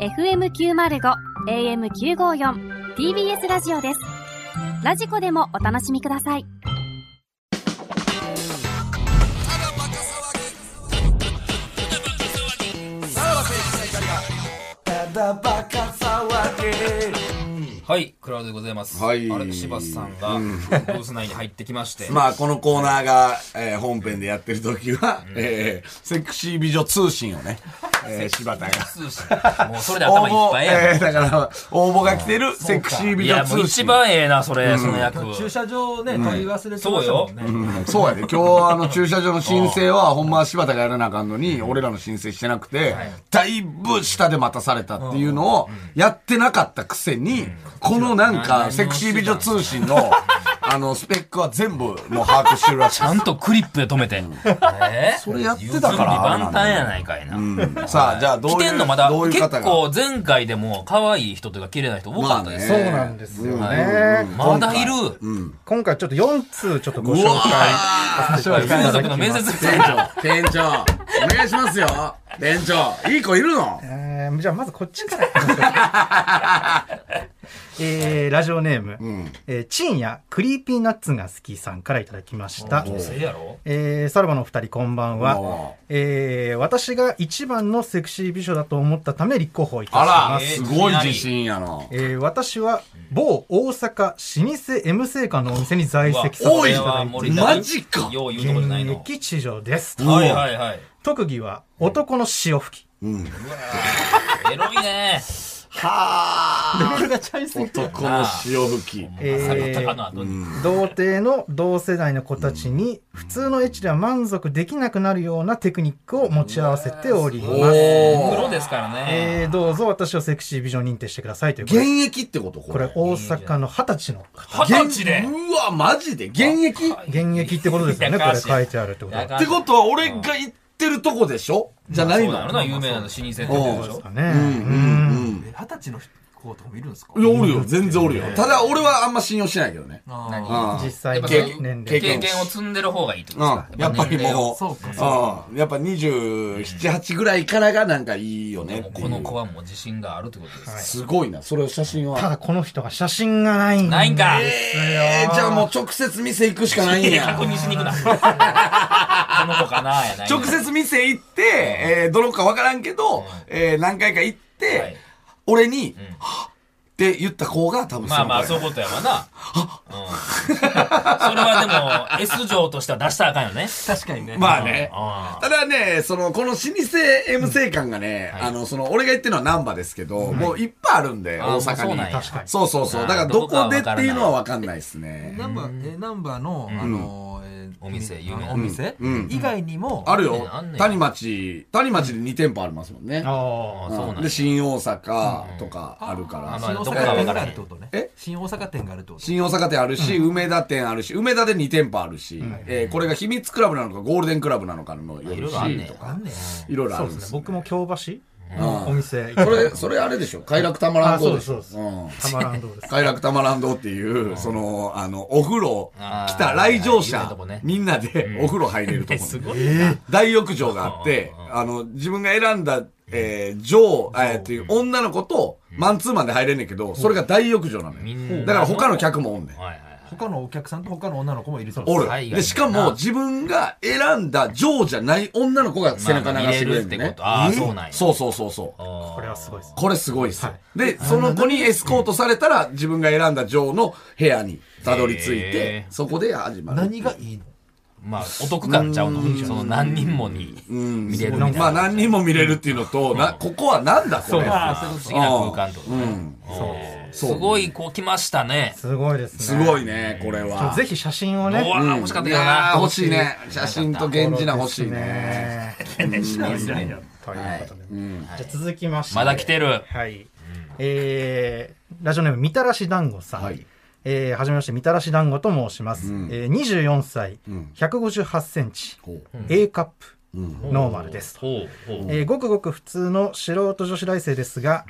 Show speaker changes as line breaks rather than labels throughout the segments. FM905 AM954 TBS ラジオですラジコでもお楽しみください
はい、クラウドでございます。
はい
あれ、柴田さんが、ブース内に入ってきまして。
まあ、このコーナーが、えー本編でやってる時は、えーセクシー美女通信をね、えー柴田が。
通信もうそれで頭いっ ぱいやん
えーだから、応募が来てるセクシー
い
美
や、も
女
う
通
一
信。
番ええな、それ、その役。
駐車場ね、取り忘れてましたもんね。
うんそうやで、今日あの駐車場の申請は、ほんまは柴田がやらなあかんのに、俺らの申請してなくて、だいぶ下で待たされたっていうのを、やってなかったくせに、このなんか、セクシー美女通信の、あの、スペックは全部もう把握してるらしい
ち。ゃんとクリップで止めて。え
それやってたからあれな
万
んだ
端
よ
やないかいな。
さあ、じゃあどうい
来
う、
てんのまだ、
どういう
結
方が。
構前回でも可愛い人というか綺麗な人多かったです。
まあ
そう
ね
なんですよね。
まだいる。
今回ちょっと4通ちょっとご紹介させていただ
風俗
きます
の面接みたい
店
な。
長、店長、お願いしますよ。店長、いい子いるの
えーじゃあまずこっちから行きましょう えー、ラジオネーム、えーチンやクリーピーナッツが好きさんからいただきました。
ええやろ
えー、さらばのお二人こんばんは
お、
えー、私が一番のセクシー美女だと思ったため立候補いたし
あら、
ます、
すごい自信やな。
えー、私は某大阪老舗 M 製館のお店に在籍させ
お
て
い
いただいて
森田マジか
よう言うとこじゃない
現
の。
役地上ですと、
はいはいはい。
特技は男の潮吹き
エロいね。
男の潮吹き。
えー
さっきの高の後に。
童貞の同世代の子たちに普通のエッチでは満足できなくなるようなテクニックを持ち合わせております。
お
黒
ー
ですからね。
えー、どうぞ私をセクシー美女認定してくださいというこ
現
れ。
役ってこと
こ
こ
れ大阪の二十歳の方
二十歳で。
うわ、マジで現役っ
現役ってことですよね。
い
こ
や
れ書いてあるってことは。
てことは、俺が行ってるとこでしょじゃない
そう
の
なのな、有名なの、老舗って言ってるでし
そう
ょ
です。かね。うん
二十歳の子とかもいるんですか
いや、おるよ。全然おるよ。ただ、俺はあんま信用してないけどね。
あー
何
うん
実際の
経
年
経
経
齢。
験
験を積んでる方がいいってことですか
うん。やっぱりも
そうかそう
う、うん。やっぱ27、8ぐらいからがなんかいいよね
も
っ
う
てい
この
う。
子はもう自信があるってことです。
すごいな。それを写真は。
ただこの人が写真がないん
ないんか
えー、じゃあもう直接店行くしかないん
いや
や
確。認しに行くな。この子かなやない。
直。接店行って、えー、どの子かわからんけど、えー、何回か行って、
はい
俺に、はっって言った子が多分
まあまあ、そう
う。
いうことやわな。うん。それはでも、S 嬢としては出したらあかんよね。
確かにね。
まあね。
あ
ただね、その、この老舗 M 生館がね、あの、その、俺が言ってるのは難波ですけど、もういっぱいあるんで、
あ
大
もうそうなん
阪
や
に。
確かに。
そうそうそう。
あー
だから、どこでっ
ど
て
こかは分からない
いうのはわかんないですね。
ナンバー、え、ナンバーの、あの、えー
お店有名な
お店
うん
以外にも、
ある
あん
よ
ねんあんね。ん
谷町、谷町で2店舗ありますもんね。
あ
あ、
あ。
そうなん
で、
や。
新大阪とかあるから。
あま
新
あど
大
こかは
阪
分
店
か
が
ら
あ
へ
る
ん
ってことね。
え
新大阪店があるってこと
新大阪店あるし、梅田店あるし、梅田で2店舗あるし、えーこれが秘密クラブなのか、ゴールデンクラブなのかにもよ
い
る
ろい
し
ろあんねん、
とか、
あんねん。
いろいろあ
そ
る
うん
で
で
す
ね。
す。
僕も京橋
うん
のお店
それ、それあれでしょ快楽たまらん堂でしょ
あそうですそう
うん
たまらんどうです。
快楽たまらん堂っていう、その、あの、お風呂、
あー
来た来場
有名な
者
とこね、
みんなで お風呂入れると
え、
こ
す
ね。
ごい。
大浴場があって、あの、自分が選んだ、えー、ジョー、えーっていう女の子と、マンツーマンで入れんねんけど、それが大浴場なの
みん
よ。
な
だから他の客もおんねん。
はいはい。
他のお客さんと他の女の子もいるそうです。
おる
海外。だ
で、
な
しかも自分が選んだジョーじゃない女の子が背中流してくれるんで
まあ見れる
ね
ってこ。とあー
え
そうなんや
そうそうそうそう。
こ
これはすごいです。
これすごいっすよ
は
で、その子にエスコートされたら自分が選んだジョーの部屋にたどり着いて
へ、ー
そこで始まる。
何がいいの
まあ、お得感ちゃうの。その何人もに見れるみたいな。
まあ何人も見れるっていうのと、な、ここはなんだこれ。
不思議な空間とかね。うんすごい、こう来ましたね。
すごいですね。
すごいね、これ
ちょっ
は
と。ぜひ写真を
う
ね。
わー、欲しかった
い
け
や
ど
ー
な。
欲しいね。写真と現地な欲しいね。
ね。ということで。じゃあ続きまして。
まだ来てる。
はい。えー、ラジオネーム、みたらし団子さん。
はい
えーはじめまして、みたらし団子と申します。えー、24歳、158センチ、A カップ、ノーマルです。
ほう、ほう。
えーごくごく普通の素人女子大生ですが、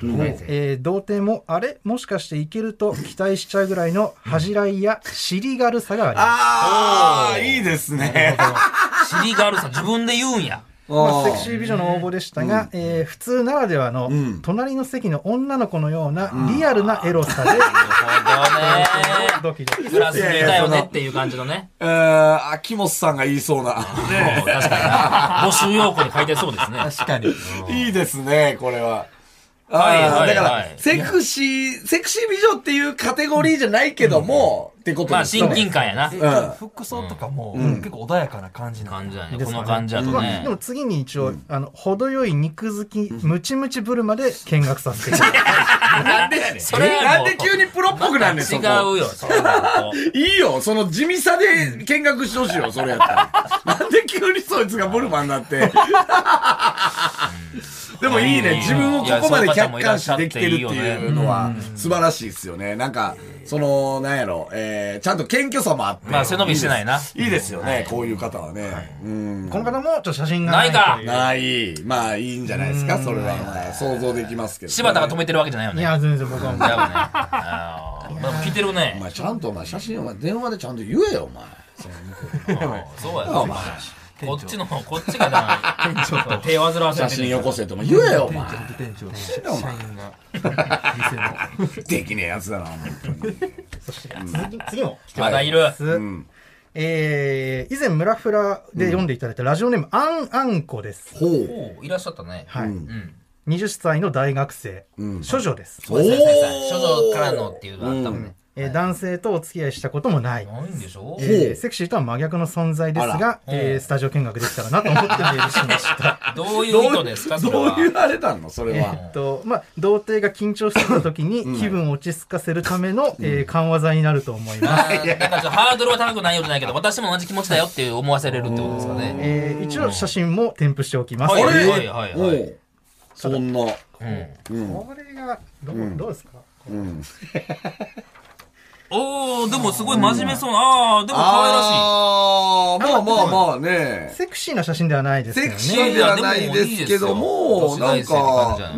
えー童貞もあれもしかしていけると期待しちゃうぐらいの恥じらいや尻軽さがあります。
あー、いいですね。
尻があるさ、自分で言うんや。
まあ、
あー
セクシービジョンの応募でしたが、えー普通ならではの、
ん
隣の席の女の子のようなリアルなエロさで、ドキドキ
グラスにいたよねっていう感じのね。
えー、秋元さんが言いそうな。
そう確かに。募集要項に書いてそうですね。
確かに。
いいですね、これは。あ
はい
あー、
はい
だから
は、い
セクシー、セクシー美女っていうカテゴリーじゃないけども、ってこと
まあ、
ですね
親近感やな。
うん
服装とかも、結構穏やかな感じな
感
ん
じ
で。
だね。この感じだと
まあ
ね
で。も次に一応、あの、程よい肉付き、ムチムチブルマで見学させていただきます。
なんで、
それはもう
なんで急にプロっぽくなんねん、そ
違
こ。
うよ、そんなのと
いいよ、その地味さで見学してほしいよ、それやったら。なんで急にそいつがブルマンになって。でもいいね、自分をここまで客観視できてるっていうのは素晴らしいですよね。なんか、その、なんやろ、えー、ちゃんと謙虚さもあって。
まあ背伸びしてないな。
いいですよね、こういう方はね。うん。
この方もちょっと写真がないという。
ない。まあいいんじゃないですか、それは。はい想像できますけどね。
柴田が止めてるわけじゃないよ
い
ね。
や、全然僕はもう
違うね。あーまあ、聞いてる
お
ね。
前ちゃんとお前写真お前電話でちゃんと言えよお前。
そうや
お前
な。こっちの、こっちがな、ちょっと手を煩わせ
写
て
真
る
よこせってお前言えよお 前。
店長、
お前
社員が。
できねえやつだな、本当に。
次次も来て
まだいる。
ます。えー以前、ムラフラで読んでいただいたラジオネーム、あんあんこです。
ほう。
おういらっしゃったね。
は
う
い。
ん。
20歳の大学生、処女です。
おお
そうそうそうそう書道からのっていうのがあったもんね。
えー男性とお付き合いしたこともない。
ないんでしょ
え
ほ
ー
う
セクシーとは真逆の存在です
あ
が
ら、
えースタジオ見学できたらなと思ってメールしました。
どういう意図ですか、それ
どう
は。
言われたのそれ
え
は。
ーっと、まあ、童貞が緊張してた時に気分を落ち着かせるための、えー緩和剤になると思います。
あーなんかちょっとハードルは高くないようじゃないけど、私も同じ気持ちだよっていう思わせれるってことですかね。
えー一応写真も添付しておきます。
はい
こ
はい
れ
はいはいはい。
おうそんな。
うん
これが、どう、どうですか
おー、でもすごい真面目そうな。あー、でも可
ああ、まあまあまあね。
セクシーな写真ではないですよ
セ
ね
ク。シーではないですけども、
い
なん
やでもいいですよ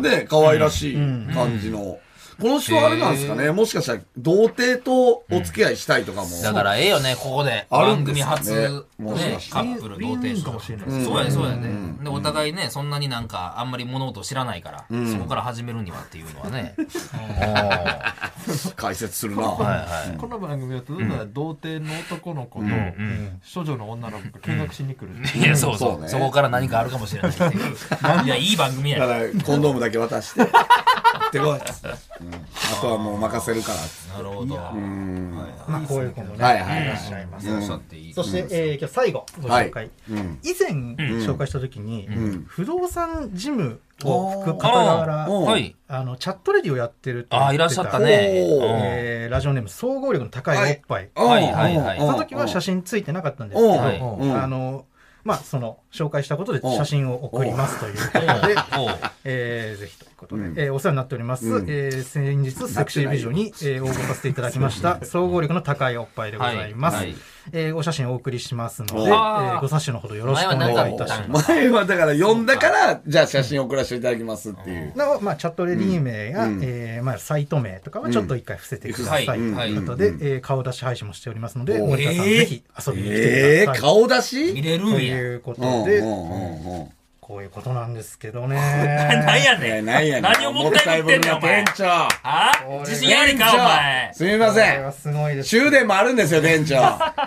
か、ね、可愛らしい感じの。この人はあれなんですかねもしかしたら、童貞とお付き合いしたいとかも。
愛らしい。だからええよね、ここで。
あるん
番
です
組
よね
初、
もし
ね
かし、
カップル同
ウィンウィ
定。
ンかもしれないです
そうやね、そうやね。で、お互いね、そんなになんか、あんまり物事を知らないから、そこから始めるにはっていうのはね。
解説する
おーはい
な。
はい。
この番組だと、どうやら童貞の男の子と、処女の女の子が見学しに来るって いう。
いや、そう
そ
そうう。
ね
そこから何かあるかもしれないっていう。いや、いい番組や
だ
ね
から、コンドームだけ渡 して。行ってこい。うんあとはもう任せるから。
なるほど。
まあ、こういう子もね、
はいいはい
ら
は
っしゃいます。
そうしたっていい。
そして、えー今日最後、ご紹介。以前、紹介した時に、不動産事務を吹く
あ
方
ー
々、
はい。
あの、チャットレディをやってるって言
あ
て
ー、いらっしゃった
お
ね。
ー
うん
えーラジオネーム、総合力の高いおっぱい。
い。うん
はいはいはい
その時は写真ついてなかったんです
うん
けど、
うん
あの、まあ、その、紹介したことで写真を送りますということで、
おう
えーぜひということで、えーお世話になっております。えー先日、セクシー美女に、えー応募させていただきました、総合力の高いおっぱいでございます。
はいはい
えーお写真をお送りしますので、え
お
ーご察しのほどよろしくお願いいたします。
前はだから読んだから、じゃあ写真送らせていただきますっていう。
なお、まあ、チャットレディ名や、えーまあ、サイト名とかはちょっと一回伏せてくださいと
はい
いうことで、えー顔出し配信もしておりますので、森田
え
さん、
ー
ぜひ遊びに来
え
て
え
くだ
ー、
さい。
顔出し
見れる
と
んや。
いうこと
うんうん
で、
うんうん。
こういうことなんですけど
なん
ね。
や
え
ね
ー、
ん。
なんやねん。
何をもったいぶってんねん、お前
店。長。
あ
これ
自信ありか、お前。
すみま
こ
せ
れ
ん
は。すごいです。
終電もあるんですよ、店 長。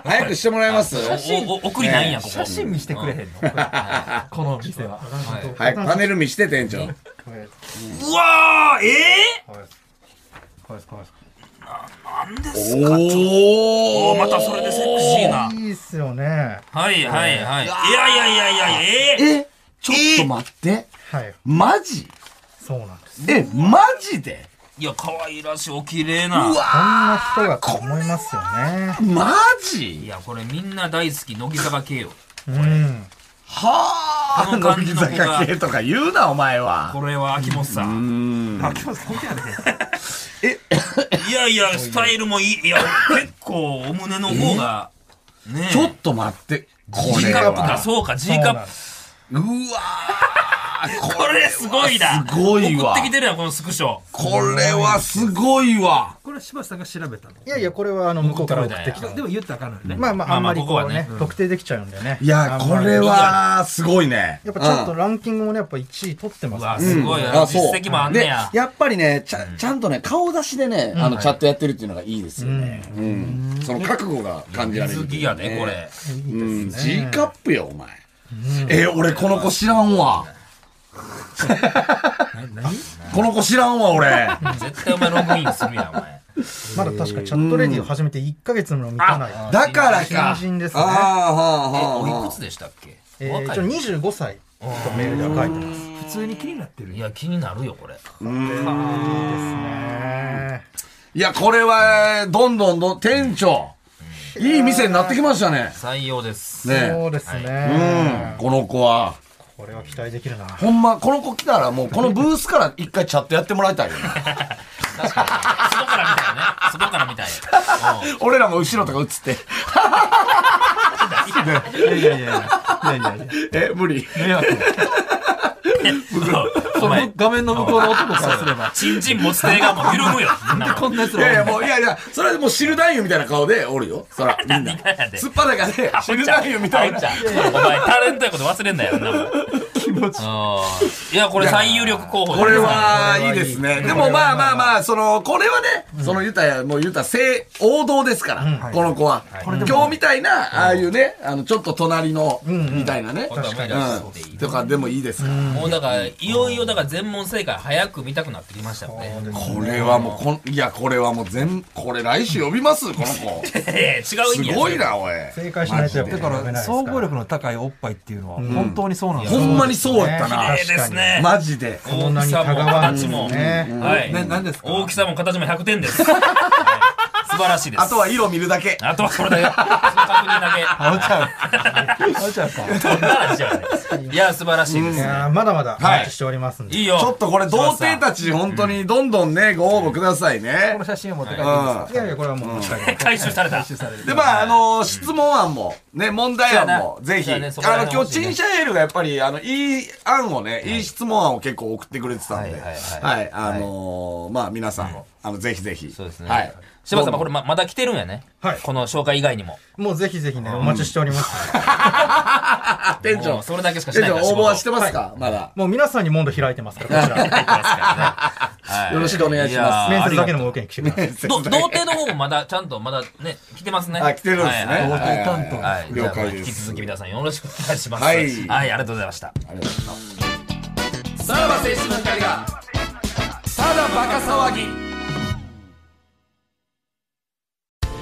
早くしてもらえます
お、お、送りないんや、ここ。
写真見してくれへんのこの店は。
はい、パネル見して、店長。
これ
うわー、え
これこれ
ー、
お
おまたそれでセクシーな。
いいっすよね。
はいはいはい。いやいやいやいや、ええ
え、ちょっと待って。
はい。
マジ
そうなんです。
え、マジで
いや、可愛らしい、お綺麗な。
こんな人がと思いますよね。
マ
い
ジ
や、これみんな大好き、乃木坂系よ。
うん。
は
こ
あ、
の
乃
感じ
木
の子が
坂系とか言うな、お前は。
これは秋元さん。
え、
いやいや、スタイルもいい。いや、結構、お胸の方が、ねえ
ちょっと待って。こ
G
れ
カップ
は
か、。そうか、G カップ。
うわこ
これすごいな。
すごいわ
送ってきてるやん、このスクショ。
これはすごいわ。
これは柴田さんが調べたの
いやいや、これはあの向こうから送ってきた。
でも言ったらあかんのよね、
まあま
ま
あ、
あ
あんまり
ここ
こ
は
う
ね
ね、特定できちゃうんでね。
いや、これは、すごいね。
やっぱちょっとランキングもね、やっぱ1位取ってます
うわ、
ね
すごい
うんあ
な。実
そう
績もあんね
で、
や。
やっぱりね、ちゃちゃんとね、顔出しでね、あの、チャットやってるっていうのがいいですよね。うん。その覚悟が感じられる。
好きやで、これ。
うん、G カップよ、お前。えー、俺、この子知らんわ。この子知らんわ、 俺。
絶対お前ログインするやん、お前。
まだ確かチャットレディを始めて1ヶ月も満たない。
だから
新
か。
人ですね。
ああ、はあ、
え、
はあ
おい
は
くつでしたっけ
えー
お若い
一応25歳とメールでは書いてます。
普通に気になってる
いや、気になるよ、これ。
ね
あ。いや、これは、どんどんどん、店長。いい店になってきましたね。
採用です。
ね
そうです
う
ね、
ん、この子は。
これは期待できるな。
ほんま、この子来たらもう、このブースから一回チャットやってもらいたいよね。
外から見たいね。外から見たい。うん
俺らも後ろとか映って。
いやいやいやいやいやいや
え、無理。
迷惑
お
そ
前
の、画面の向こうの男からすれば
チンチン持つ手がもう緩むよ。そんなもん
こんなやつ
いやいや、
ら
もう、いやいや、それはもう知る男優みたいな顔でおるよ。そら、みんな。
やで
突っぱだかで、知る男優みたいな。
お前、タレントやこと忘れんなよ、そんなもん。気持ちいい。や、これ最有力候補だ
これはいいですね。でもまあまあまあ、その、これはね、その言うたら、もう言うたら、正王道ですから、この子は。今日みたいな、ああいうね、あの、ちょっと隣の、みたいなね。
確かに
うん。とかでもいいですから。
もうだから、いよいよだから全問正解早く見たくなってきましたよね。
これはもうこん、いや、これはもう全、これ来週呼びますこの子。
ええ、違う意
す
味や。
ごい。な、おい。
正解しないとやっぱ
だ
り
か
選べない
ら
です
総
から
合力の高いおっぱいっていうのは本当にそうなんです
ほ
よ
んまにそうやったな。
ええですね。
マジで。
こんなにたがわずにね。
はい。
ななんですか
大きさも形も100 点です。はい素晴らしいです。
あとは色見るだけ。
あとはこれだけ。その確認だけ。
あおちゃうあおちゃう か
そんな話はねいや、素晴らしいです
い
ね。
やーまだまだお
はい
待ちしておりますんで。
いいよ。
ちょっとこれ、童貞たち、本当に、どんどんね、ご応募くださいね
この。写真を持って帰って
う
いいですか
ん。
いやいや、これはもう持ち帰り、
回収された。
で、まあ、あの、質問案も、ね、問題案も、
そうや
ぜ
な
ひ、
そう
あ
やねそこら
の、今
辺
日、陳謝エールがやっぱり、あの、いい案をね、いい質問案を結構送ってくれてたんで、
はい
は、
はい
あのー、まあ、皆さん、あの、ぜひぜひ。
そうですね。
はい。
柴田さん、
ど
こ
う
れ
も
ままだ来てるんやね。
はい
この紹介以外にも。
もうぜひぜひね、お待ちしております。
店
も
長
う、それだけしかし
店
ない
長、
から。
応募はして
ま
ますかまだ。
もう皆さんに問答開いてますから、こちら。
す
よろしくお願いします
面接だけでも受けに来てください。
ど童貞の方もまだ、ちゃんとまだね、来てますね。
あ、来てるんですね。
はいはいはい
はい
担当
はい、
了解
じゃあ
で
引き
す
続。き皆さんよろしくお願いします。
は
はいい、はい、ありがとうございました。
ありがとうございますさらば青春の光がただバカ騒ぎ